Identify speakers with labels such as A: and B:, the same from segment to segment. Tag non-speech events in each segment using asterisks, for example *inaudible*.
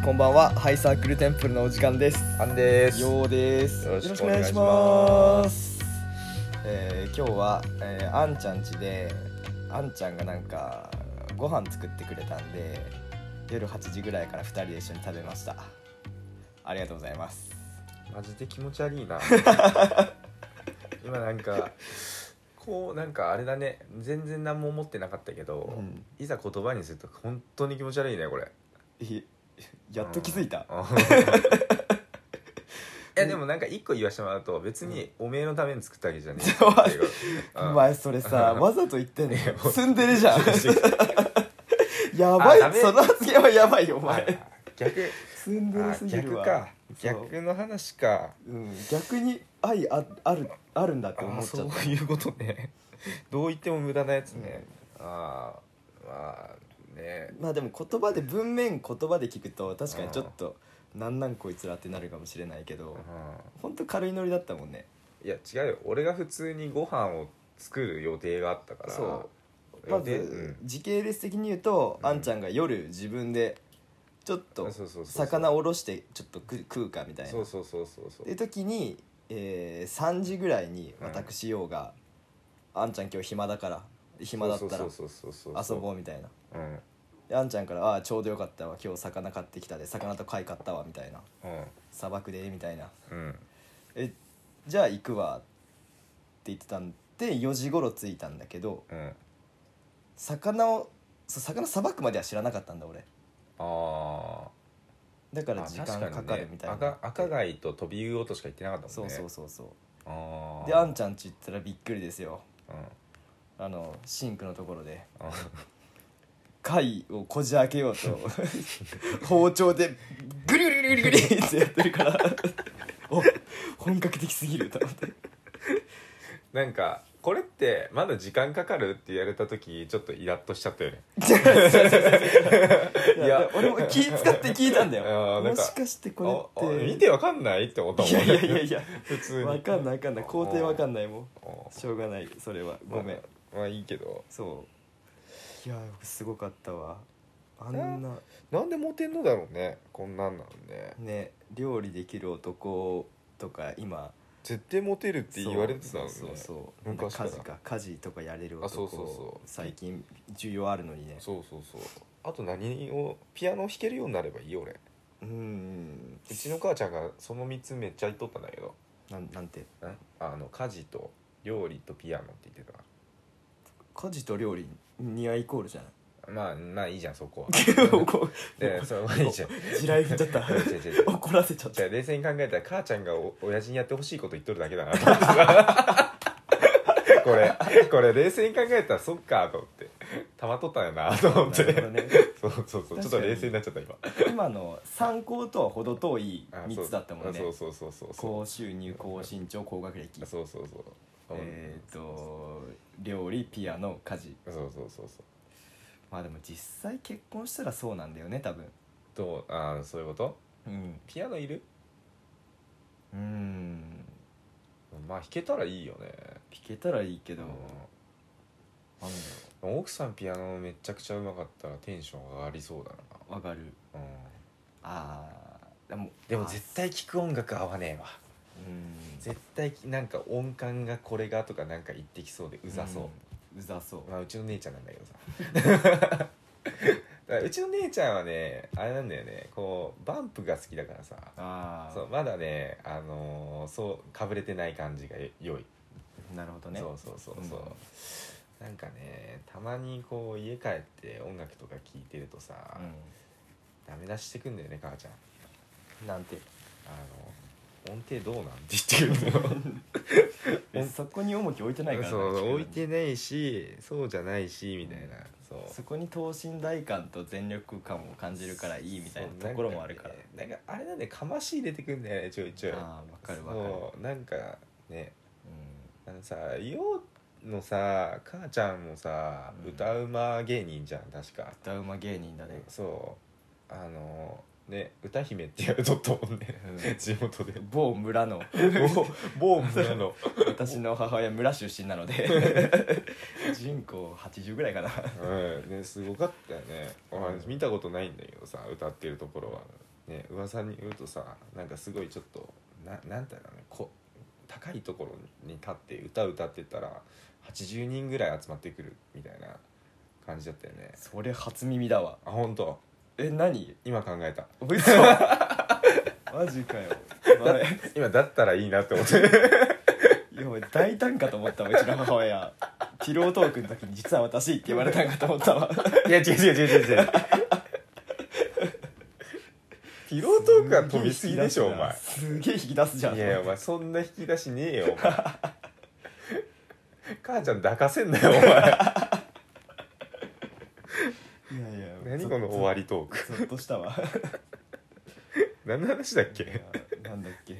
A: こんばんはハイサークルテンプルのお時間です
B: アンです。
A: ようです
B: よろしくお
A: よ
B: 願
A: ろ
B: い
A: し
B: し
A: くお願いしま、
B: ます
A: えー今日は、えー、あんちゃん家であんちゃんがなんかご飯作ってくれたんで夜8時ぐらいから2人で一緒に食べましたありがとうございます
B: マジで気持ち悪
A: *laughs*
B: いな。今なんか、こうなんかあれだね、全然何も思ってなかったけど、
A: うん
B: いざ言葉にすると本当に気持ち悪い
A: *laughs*
B: ねこれ。
A: いやっと気づいた、
B: うん。いやでもなんか一個言わせてもらうと別におめえのために作ったわけじゃねえっていう
A: *laughs* お
B: うん
A: 前それさわざと言ってんの
B: *laughs* いやもう
A: 住んでるじゃんやばい
B: あダメ
A: その発言はやばいよお
B: *laughs* あ
A: 前
B: 逆
A: 住んでる
B: あ
A: すぎる
B: 逆
A: わ
B: か
A: そう
B: 逆の話か
A: うん、逆に愛ああるあるんだって
B: あ
A: 思
B: あ
A: っちゃ
B: そ
A: っ
B: う
A: た
B: いうことね *laughs* どう言っても無駄なやつね、ああまあね
A: まあでも言葉で文面言葉で聞くと確かにちょっとなんなんこいつらってなるかもしれないけど
B: う
A: ほんと軽いノリだったもんね
B: んいや違うよ俺が普通にご飯を作る予定があったから
A: そ
B: 予
A: ま
B: 定
A: ず時系列的に言うと、
B: うん
A: あんちゃんが夜自分でちょっ
B: う
A: と
B: ん、そうそうそうそう
A: 魚おろしてちょっと食食うかみたいな
B: そうそうそうそうそ
A: っ
B: う
A: ていう時に、えー3時ぐらいに私ようが、あんちゃん今日暇だから暇だったら
B: そ
A: 遊
B: うそうそうそうそう
A: ぼうみたいな
B: ううん
A: であんちゃんから「ああちょうどよかったわ今日魚買ってきたで魚と貝買ったわ」みたいな
B: うん
A: 「砂漠で」みたいな
B: うん
A: 「えじゃあ行くわ」って言ってたんで4時頃着いたんだけど
B: うん
A: 魚をそう魚さばくまでは知らなかったんだ俺
B: あ
A: だ
B: ー
A: から
B: あ
A: 時間かかるみたいな、
B: 確かにね、赤赤貝と飛び魚としか言ってなかった
A: そ
B: もん
A: う
B: ね
A: そうそうそう
B: ああ
A: であん
B: ち
A: ちゃんち行ったらびっくりですよ
B: ゃん、うん
A: あのシンクのところで
B: あ
A: 貝をこじ開けようと包丁でグリグリグリグリグリってやってるからお本格的すぎると思って
B: なんかこれってまだ時間かかるって言われた時ちょっとイラッとしちゃったよね
A: いや
B: いや
A: 俺も気使って聞いたんだ
B: あ
A: よ
B: ーな
A: も
B: んか
A: しかして
B: あ
A: これっ
B: あ
A: て
B: 見てわかんないって思ったもん
A: いやいやいやいや
B: 普通に
A: わかんないわかんない工程わかんないも
B: あー
A: うしょうがないそれはごめん
B: まあ、まあいいけど
A: そういやすごかったわあんな
B: なんでモテんのだろうねこんなんなのね
A: ね料理できる男とか今
B: 絶対モテるって言われてたのね
A: そうそうそうそう
B: 昔から
A: 家事か家事とかやれる
B: あそ
A: 男
B: うそうそう
A: 最近需要あるのにね
B: そうそうそうあと何をピアノ弾けるようになればいいよ俺
A: うーん
B: うちの母ちゃんがその3つめっちゃ言っとったんだけど
A: なんなんて
B: んあの家事と料理とピアノって言ってたか
A: 家事と料理にはイコール
B: *laughs*
A: じゃない
B: らまあまあいいじゃん
A: *laughs*
B: そこは
A: こ
B: でそれはい
A: *laughs*
B: いじゃん
A: う地雷踏んじゃった
B: 違う違う違う
A: 怒らせちゃっ
B: じ
A: た
B: ゃあ冷静に考えたら母ちゃんがお親父にやってほしいこと言っとるだけだなと思ってさこれこれ冷静に考えたらそっかと思ってたまっとったんやなと思っ
A: なるほ *laughs*
B: て
A: どね
B: そうそうそうちょっと冷静になっちゃった今
A: 今の参考とは程遠い
B: あ
A: 3つだったもんね
B: そうそうそうそうそう
A: 高収入高身長高学歴
B: あそうそうそう
A: えっ、と料理ピアノ家事
B: そうそうそうそう
A: まあでも実際結婚したらそうなんだよね多分
B: どうああそういうこと
A: うん
B: ピアノいる
A: うーん
B: まあ弾けたらいいよね
A: 弾けたらいいけど、
B: う
A: あの
B: ん奥さんピアノめちゃくちゃうまかったらテンション上がりそうだ
A: わかる
B: な、うん、
A: あーでも
B: でも
A: あ
B: 絶対聴く音楽合わねえわ
A: うん
B: 絶対なんか音感がこれがとかなんか言ってきそうでうざそう、
A: うんうざそう
B: うまあ、うちの姉ちゃんなんだけどさ *laughs* だからうちの姉ちゃんはねあれなんだよねこうバンプが好きだからさ
A: ああ
B: そうまだねあのーそうかぶれてない感じが良い、
A: なるほどね
B: そうそうそうそう、なんかねたまにこう家帰って音楽とか聴いてるとさ、ダメ出してくんだよね母ちゃん
A: うん、なんて
B: あの音程どうなんて言ってくるのよ
A: えそこに重き置いてないからな聞くの
B: そう
A: に
B: 置いてないしそうじゃないしみたいな、そう
A: そこに等身大感と全力感を感じるからいいみたいなところもあるから
B: そうなんか,、なんかあれなんでかまし入れてくんだよねちょいちょい
A: ああわかるわかる
B: そうなんかねあのさようのさ母ちゃんもさ、
A: うん
B: 歌うま芸人じゃん確か、
A: 歌うま芸人だね
B: そうあのね歌姫ってやるとったもんね、
A: うん
B: *laughs* 地元で
A: 某村の
B: 某村の
A: 私の母親村出身なので
B: *laughs*
A: 人口80ぐらいかな
B: うんねすごかったよね俺
A: うん
B: 見たことないんだけどさ歌ってるところはね噂によるとさなんかすごいちょっとななんていうのかなこ高いところに立って歌歌ってたら80人ぐらい集まってくるみたいな感じだったよね
A: それ初耳だわ
B: あ本当
A: え何
B: 今考えた
A: 嘘 *laughs* マジかよお
B: 今だった *laughs* らいいなって思って
A: 前いやお前大胆かと思ったわうちの母親ピロートークの時に実は私って言われたんかと思ったわ
B: いや違う違う違う違う違う *laughs* ピロートークは飛びすぎでしょお前
A: すげえ引き出すじゃん
B: いやいやお前そんな引き出しねえよお前 *laughs* 母ちゃん抱かせんなよ
A: *laughs*
B: お前
A: いやいや
B: 何この終わりトーク
A: りゾッとしたわ
B: 何の話だっ
A: い
B: け
A: やなんだっけ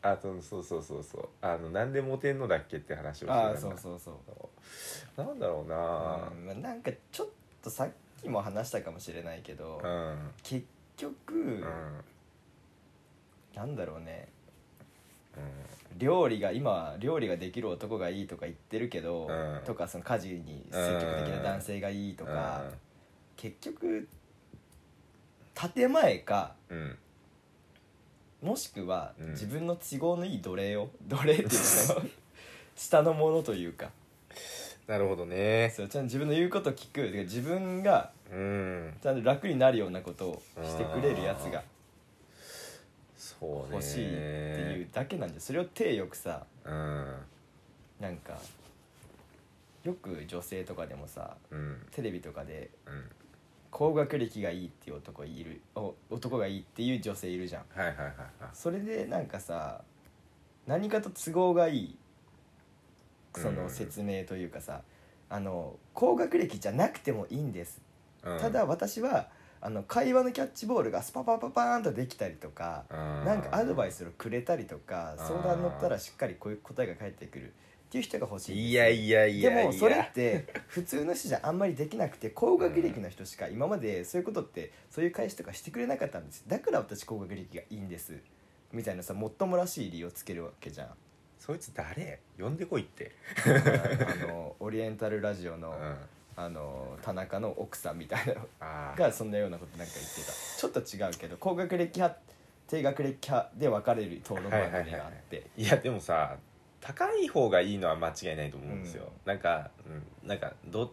B: あとそうそうそうそうあのなんでモテんのだっけって話をしてたん
A: あ
B: だ
A: あそうそうそう
B: なんだろうな
A: うんまあなんかちょっとさっきも話したかもしれないけど、
B: うん
A: 結局、
B: うん
A: なんだろうね
B: う
A: 料理が今料理ができる男がいいとか言ってるけど、
B: うん
A: とかその家事に積極的な男性がいいと
B: ん
A: か、結局建前か
B: うんうん
A: もしくは
B: うん
A: 自分の都合のいい奴隷を *laughs* 奴隷っていうの下のものというか
B: なるほどね
A: そうちゃんと自分の言うこと聞くてか自分が
B: うん
A: ちゃんと楽になるようなことをしてくれるやつが
B: そうね
A: 欲しいっていうだけなんじゃそれを体よくさ
B: うん
A: なんかよく女性とかでもさ
B: うん
A: テレビとかで
B: うん
A: 高学歴がいいっていう男いるお男がいいっていう女性いるじゃん
B: はいはいはいはい
A: それでなんかさ何かと都合がいいそうの
B: ん
A: 説明というかさ、あの高学歴じゃなくてもいいんです、
B: うん
A: ただ私はあの会話のキャッチボールがスパパパパーンとできたりとか、な
B: なん
A: かアドバイ
B: ス
A: スをくれたりとか
B: うん
A: 相談乗ったらしっかりこういう答えが返ってくるっていう人が欲しいんです
B: いやいやいやいや
A: でもそれって普通の人じゃあんまりできなくて高学歴の人しか今までそういうことってそういう返しとかしてくれなかったんですだから私高学歴がいいんですみたいなさもっともらしい理由をつけるわけじゃん
B: そいつ誰呼んでこいって
A: だからあのオリエンタルラジオ
B: う
A: の
B: ん
A: あの田中の奥さんみたいなの
B: あー
A: がそんなようなことなんか言ってたちょっと違うけど高学歴派低学歴派で分かれる討論番組があって
B: いやでもさ高い方がいいのは間違いないと思うんですよ、なんか、うん、なんかど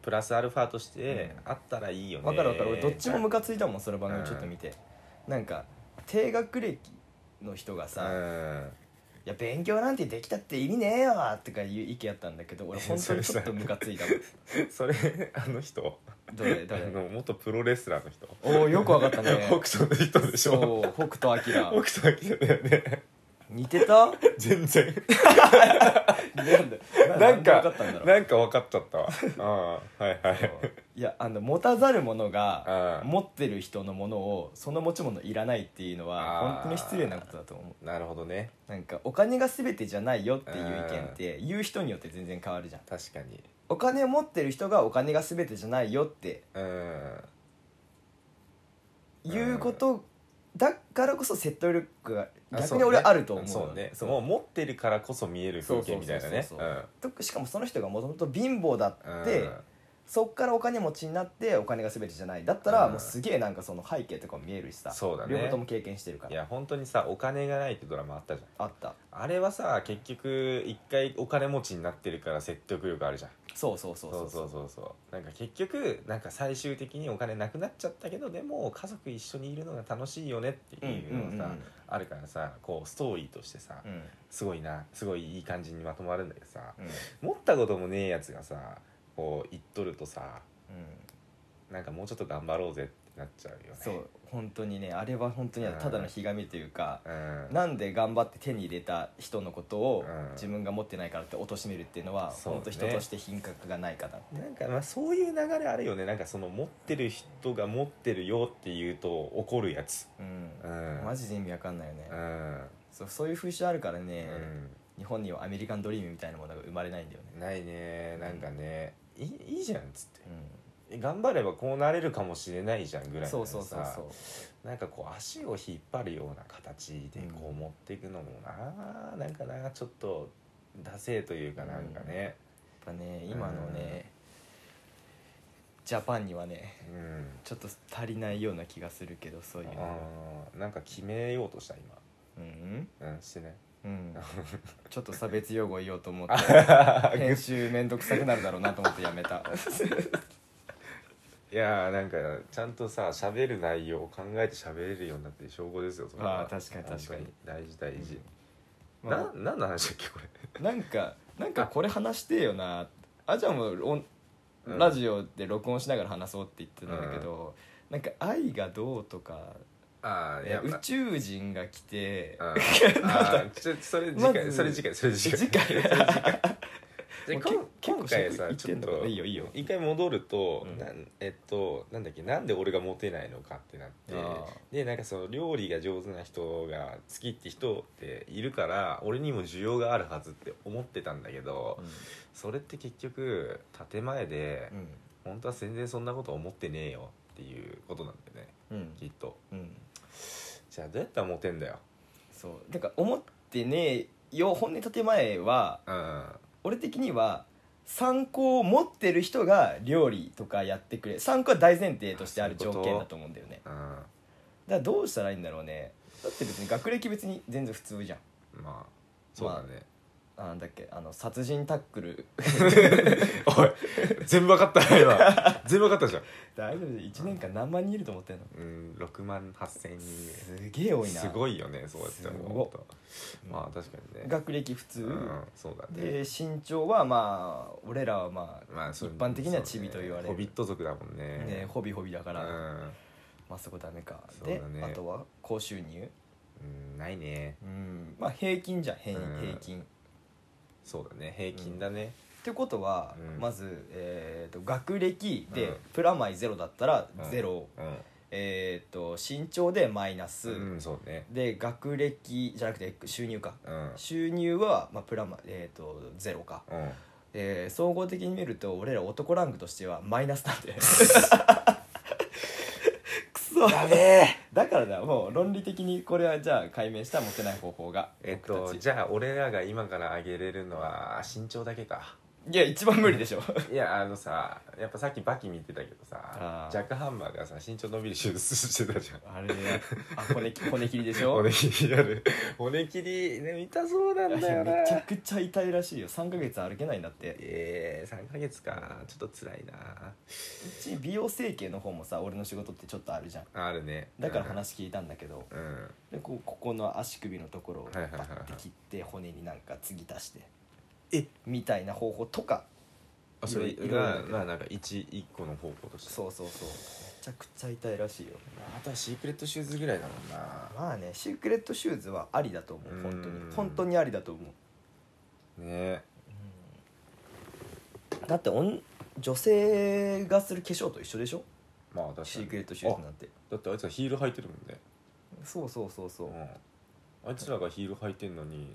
B: プラスアルファとして
A: う
B: あったらいいよね、
A: わかるわかる俺どっちもム
B: か
A: カついたもんその番組ちょっと見て、なんか低学歴の人がさ、いや勉強なんてできたって意味ねえよとかいう意見やったんだけど俺本当にちょっとムカついたもん
B: うん *laughs* それあの人
A: どれ
B: あ
A: どれ
B: の元プロレスラーの人
A: おおよくわかったね
B: 北斗の人でしょ
A: そう北斗
B: 北
A: 晶
B: 斗明だ
A: *laughs*
B: よね
A: 似てた
B: 全然
A: なんで
B: なん
A: でわ
B: か
A: かったんだろう
B: なんか分かっちゃったわああはいは
A: そ
B: いう
A: いやあの持たざる者が
B: あ
A: 持ってる人のものをその持ち物いらないっていうの
B: あー
A: は本当に失礼なことだと思う
B: あなるほどね
A: なんかお金が全てじゃないよっていう意見って言う人によって全然変わるじゃん
B: 確かに
A: お金を持ってる人がお金が全てじゃないよって
B: うん
A: いうことだからこそ説得力が
B: あ
A: 逆に俺はあると思う
B: そうね
A: そう
B: もう持ってるからこそ見える風景みたいなね
A: そうそうそうそうとしかもその人がもともと貧乏だ
B: うん
A: って、そっからお金持ちになってお金が全てじゃないだったら
B: うん
A: もうすげえなんかその背景とかも見えるしさ
B: そうだね
A: 両方とも経験してるか
B: い
A: ら
B: や本当にさお金がないってドラマあったじゃん
A: あった
B: あれはさ結局一回お金持ちになってるから説得力あるじゃん
A: そうそうそう
B: そ
A: そうう
B: そうそうそうなんか結局なんか最終的にお金なくなっちゃったけどでも家族一緒にいるのが楽しいよねって
A: うん
B: いう
A: うん
B: のがさ、あるからさこうストーリーとしてさ、
A: うん
B: すごいなすごいいい感じにまとまるんだけどさ
A: うんうん
B: 持ったこともねえやつがさこう言っとるとさなんかもうちょっと頑張ろうぜってなっちゃうよね
A: そう本当にねあれは本当にただのひがみというか、
B: うん
A: なんで頑張って手に入れた人のことを
B: うん
A: 自分が持ってないからって貶としめるっていうのは、
B: そうね
A: 本当人として品格がないから
B: なんかまあそういう流れあるよねなんかその持ってる人が持ってるよっていうと怒るやつ
A: うん、
B: うん
A: マジで意味わかんないよね、
B: うん、
A: そうそういう風習あるからね、
B: う
A: 日本にはアメリカンドリームみたいなものが生まれないんだよね、
B: ん、ないねなんかねいいいいじゃんっつって
A: う
B: え頑張ればこうなれるかもしれないじゃんぐらい
A: ん、
B: のさ
A: そうそうそうそう
B: なんかこう足を引っ張るような形でこ
A: う
B: うん持っていくのもな、なんかなちょっとダセえというかなんかね、
A: やっぱね今のね、ジャパンにはね
B: うん
A: ちょっと足りないような気がするけどそういうの
B: あーなんか決めようとした
A: うん
B: 今うんしてね
A: うん、 *laughs* ちょっと差別用語言おうと思 *laughs* って
B: い
A: 編集めんどくさくなるだろうなと思ってやめた
B: やーなんかちゃんとさ喋る内容を考えて喋れるようになってる証拠ですよそれは
A: あー確かに確かに
B: 本当大事大事、
A: まあ
B: な何の話だっけこれ
A: なんかなんかこれ話してよなあじゃあもうおん
B: うん
A: ラジオで録音しながら話そうって言ってたんだけど、なんか愛がどうとか
B: ああい
A: え
B: や
A: 宇宙人が来て
B: あ *laughs* ーちょそれ次
A: ま
B: 回
A: ず
B: それ次回それ次回
A: 次回
B: *laughs* それ次回で
A: もう
B: こん
A: け
B: 今回
A: 結構
B: さ
A: 言っ
B: ち
A: て
B: ょっ
A: んだから
B: と
A: いいよいいよ
B: 一回戻ると、
A: うん
B: なんえっとなんだっけなんで俺がモテないのかってなって
A: あ
B: でなんかその料理が上手な人が好きって人っているから俺にも需要があるはずって思ってたんだけど、それって結局建前で、
A: うん
B: 本当は全然そんなこと思ってねえよっていうことなんだよね
A: うん
B: きっと
A: うん、うん、
B: じゃあどうやったらモテんだよ
A: そうだから思ってねえよ本音建前は
B: うん
A: 俺的には参考を持ってる人が料理とかやってくれ参考は大前提としてある条件だと思うんだよね
B: うん
A: だからどうしたらいいんだろうねだって別に学歴別に全然普通じゃん
B: まあそうだね、
A: あなんだっけあの殺人タック
B: *laughs*
A: ル
B: おい *laughs* 全部分かった今全部分かったじゃん
A: 大丈夫1年間何万人いると思ってんの
B: うん6万8000人
A: すげえ多いな
B: すごいよねそうやって思うと
A: うん
B: まあ確かにね
A: 学歴普通、
B: うんそうだね
A: で身長はまあ俺らはまあ、
B: まあ
A: 一般的にはチビと言われる
B: るホビット族だもんね
A: ねホビホビだから、
B: うん
A: まあそこダメか、
B: そう
A: で
B: だね
A: あとは高収入
B: うんないね
A: うんまあ平均じゃん平
B: うん
A: 平均、っ
B: そうだね平均だね
A: てことは、
B: うん
A: まず、えー、と学歴で
B: うん
A: プラマイゼロだったら
B: うん
A: ゼロ、
B: うん
A: えー、と身長でマイナス、
B: うんそうね
A: で学歴じゃなくて収入か
B: うん
A: 収入は、まあ、プラマイ、えー、とゼロか、
B: うん
A: えー総合的に見ると俺ら男ランクとしてはマイナス
B: *laughs*
A: なんでくそ
B: やべえ
A: だからだもう論理的にこれはじゃあ解明したモテない方法が
B: えっ
A: 僕
B: と
A: たち
B: じゃあ俺らが今から上げれるのは身長だけか
A: いや一番無理でしょ
B: いやあのさやっぱさっきバキ見てたけどさ
A: あー
B: ジャックハンマーがさ身長伸びる手術してたじゃん
A: あれあ骨き骨切りでしょ
B: 骨切りやる骨切りね痛そうなん
A: い
B: だ
A: や
B: よな
A: めちゃくちゃ痛いらしいよ3ヶ月歩けないんだって
B: えー、3ヶ月かちょっと辛いな
A: うち美容整形の方もさ俺の仕事ってちょっとあるじゃん
B: あるね
A: だから話聞いたんだけど、
B: うん、うん
A: でこうここの足首のところを
B: はい
A: パ
B: はいはいはい
A: ッて切って骨になんか継ぎ足して
B: え
A: みたいな方法とか
B: あそれ
A: いろいろ
B: がまあなんか 1, 一個の方向として
A: そうそうそうめちゃくちゃ痛いらしいよ
B: あとはシークレットシューズぐらいだもんな
A: まあねシークレットシューズはありだと思
B: う
A: うん本当に本当にありだと思う
B: ね
A: だっておん女性がする化粧と一緒でしょ
B: まあ確かに
A: シークレットシューズなんて
B: あだってあいつはヒール履いてるもんね
A: そうそうそうそう、
B: うん、あいつらがヒール履いてんのに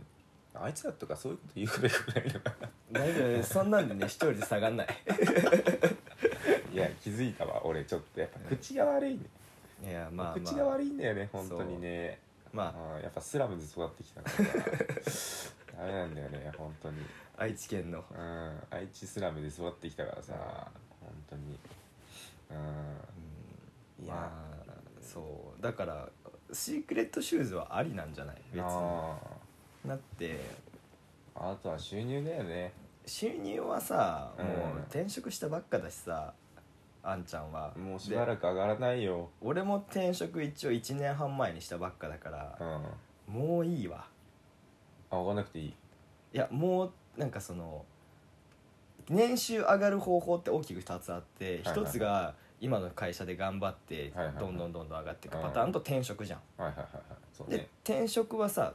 B: あいつらとかそういうこと言うくらいくらいだな
A: 大丈夫そんなんでね一人で下がんない
B: いや気づいたわ俺ちょっとやっぱ口が悪いね、
A: いやまあ
B: 口
A: ま
B: が
A: あ
B: 悪いんだよね本当にね
A: ま
B: あーやっぱスラムで育ってきた *laughs* からダメなんだよね本当に
A: あ愛知県の
B: うん愛知スラムで育ってきたからさ本当にうんいや、
A: まあそうだからシークレットシューズはありなんじゃない別に
B: あ
A: だって
B: ーあとは収入だよね
A: 収入はさ
B: うん
A: もう転職したばっかだしさあんちゃんは
B: もうしばら
A: で
B: く上がらないよ
A: 俺も転職一応1年半前にしたばっかだから
B: うんあ
A: もういいわ
B: 上がんなくていい
A: いやもうなんかその年収上がる方法って大きく2つあって
B: はいは
A: 1
B: い
A: つが今の会社で頑張って
B: はいはいはい
A: どんどんどんどん上がっていくパターンと転職じゃん
B: はいはいはいはいそうね
A: で転職はさ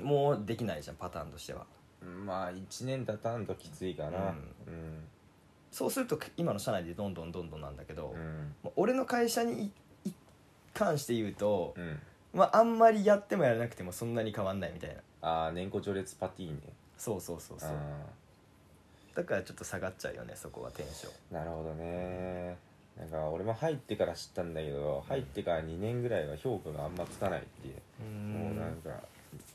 A: もうできないじゃんパターンとしては
B: まあ1年経たんときついかなうん
A: そうすると今の社内でどんどんどんどんなんだけど、
B: うん
A: もう俺の会社にいい関して言うと
B: う、ん
A: まあ、あんまりやってもやらなくてもそんなに変わんないみたいな
B: ああ年功序列パティーね
A: そうそうそうそう
B: あ
A: だからちょっと下がっちゃうよねそこはテンション
B: ーなるほどねなんか俺も入ってから知ったんだけど入ってから2年ぐらいは評価があんまつかないってもうなんか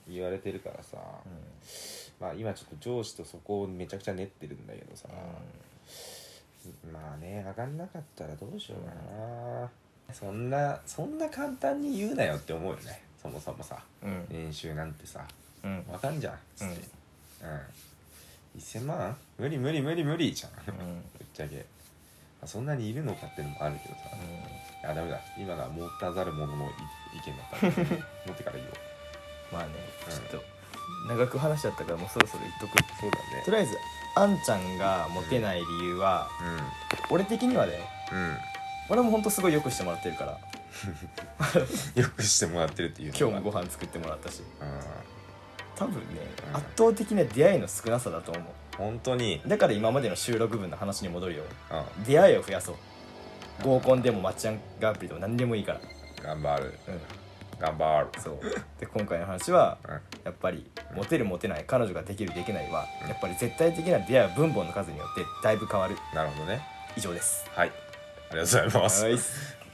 B: 言われてるからさまあ今ちょっと上司とそこをめちゃくちゃ練ってるんだけどさ
A: うん
B: まあね上がんなかったらどうしようかな、そんなそんな簡単に言うなよって思うよねそもそもさ
A: うん
B: 年収なんてさ
A: うん
B: わかんじゃんつってうん、1000万無理無理無理無理じゃ
A: う
B: んぶ
A: ん
B: っちゃけあそんなにいるのかってのもあるけどさ、あダメだ今のは持ったざる者の意見だった持ってから言おう
A: まあね
B: うん
A: ちょっと長く話しちゃったからもうそろそろ言っとく
B: そう
A: とりあえずあんちゃんがモテない理由は
B: だね
A: 俺的にはだよ
B: うんうん
A: 俺もほんとすごいよくしてもらってるから
B: よくしてもらってるっていう
A: 今日もご
B: 飯
A: 飯作ってもらったし
B: うん
A: 多分ね
B: うん
A: 圧倒的な出会いの少なさだと思
B: 本当に
A: うだから今までの収録分の話に戻るよ
B: う
A: 出会いを増やそう合コンでもマッチアンガアプリでも何でもいいから
B: ん頑張る
A: うん
B: 頑張る *laughs*
A: そうで今回の話は
B: うん
A: やっぱりモテるモテない彼女ができるできないはやっぱり絶対的な出会いは分母の数によってだいぶ変わる
B: なるほどね
A: 以上です
B: はいありがとうございます
A: はい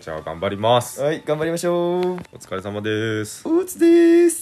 B: じゃあ頑張ります
A: はい頑張りましょう
B: お疲れ様です
A: おうつです